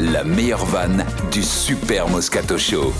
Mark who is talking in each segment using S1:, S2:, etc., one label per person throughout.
S1: la meilleure vanne du Super Moscato Show.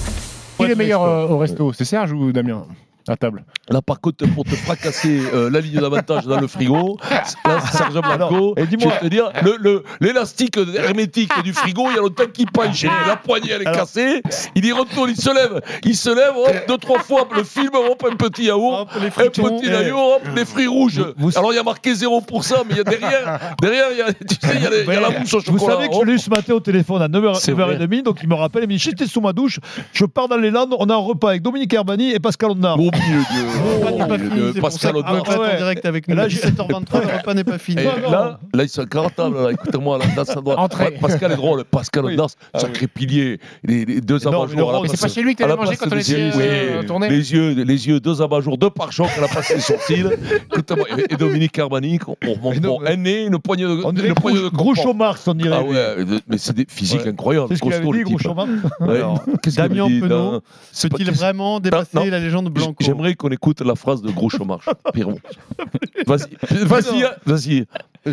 S2: Qui est le meilleur euh, au resto C'est Serge ou Damien À table
S3: Là, par contre, pour te fracasser euh, la ligne d'avantage dans le frigo, là, Serge Blanco,
S4: Ah, et dis-moi-
S3: je vais te dire, le- le- l'élastique hermétique du frigo, il y a longtemps qu'il penche. La poignée, elle est
S4: Alors-
S3: cassée. Il y retourne, il se lève. Il se lève, hop, deux, trois fois, le film, hop, un petit yaourt.
S4: les
S3: Un petit
S4: eh,
S3: yaourt, hop, des fruits rouges. Alors, il y a marqué 0%, mais il y a derrière, derrière, il y a, tu sais, il y a, les- il y a la mousse au
S4: Vous
S3: chocolat.
S4: savez que je
S3: hop.
S4: l'ai eu ce matin au téléphone à 9h,
S3: C'est vrai.
S4: 9h30, donc il me rappelle, il me dit J'étais sous ma douche, je pars dans les Landes, on a un repas avec Dominique Herbani et Pascal Ondard.
S3: Mon Dieu, mon
S5: pas
S3: Dieu,
S5: fini, c'est pour ça
S3: euh, Pascal
S5: que
S3: Audin.
S5: vous êtes
S4: Ah, ouais.
S5: en direct avec nous.
S4: Là,
S5: Là,
S4: j'ai-
S5: 17h23, le repas n'est pas fini.
S3: Et
S4: Non, non.
S3: là, là, ils sont cartables, là, écoutez-moi, là, là, ça doit.
S2: Entrée.
S3: Ouais, Pascal est drôle, Pascal
S4: Oui.
S3: Ondas, sacré pilier, les, les deux
S4: Mais non, mais le
S3: abat-jours à la
S4: rôle,
S2: Mais c'est
S3: place-
S2: pas chez lui que
S3: Oh, à la
S2: t'allais manger
S3: place
S2: quand on
S3: des
S2: était
S3: yeux,
S2: euh,
S3: oui.
S2: tourné
S3: Les yeux, les yeux, deux abat-jours, deux pare-chocs, elle a passé les sourcils. Écoutez-moi, et- et Dominique Carbani, on remonte
S4: Mais non,
S3: pour un nez, une poignée de.
S4: On
S3: une
S4: dirait
S3: poignée de
S4: Groucho- Groucho
S3: compas.
S4: Marx, on dirait.
S3: Ah ouais, hein. de- mais c'est des physiques
S4: Ouais.
S3: incroyables,
S4: C'est ce qu'il avait
S3: costaud,
S4: dit,
S3: le type.
S4: Groucho Marx.
S3: Ouais.
S5: Alors,
S3: Qu'est-ce qu'il
S5: Damien
S3: dit,
S5: Penaud,
S3: dans- c'est pas-
S5: Peut-il
S3: qu'est-ce-
S5: vraiment dépasser
S3: non.
S5: la légende Blanco
S3: J'aimerais qu'on écoute la phrase de Groucho Marx, Pierrot. Vas-y, vas-y, hein. vas-y. Elle est Euh,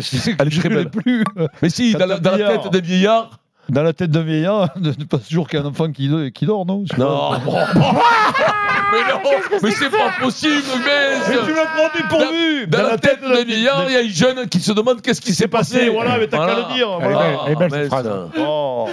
S3: très
S4: Je l'ai
S3: belle.
S4: plus.
S3: Mais si, dans la, dans la
S4: Vieillard.
S3: tête des vieillards.
S4: Dans la tête d'un vieillard, ne ne passe toujours qu'un enfant qui, qui dort, non Je sais pas.
S3: Non, mais non, mais c'est pas possible, mais.
S4: Mais tu m'as pris dépourvu
S3: Dans, la tête d'un vieillard, il y a un jeune qui se demande qu'est-ce qui s'est passé.
S4: voilà, mais t'as qu'à le dire,
S3: hein,
S2: voilà. Elle est belle, elle est belle, cette phrase.
S3: mais Ah, ça.
S4: Oh.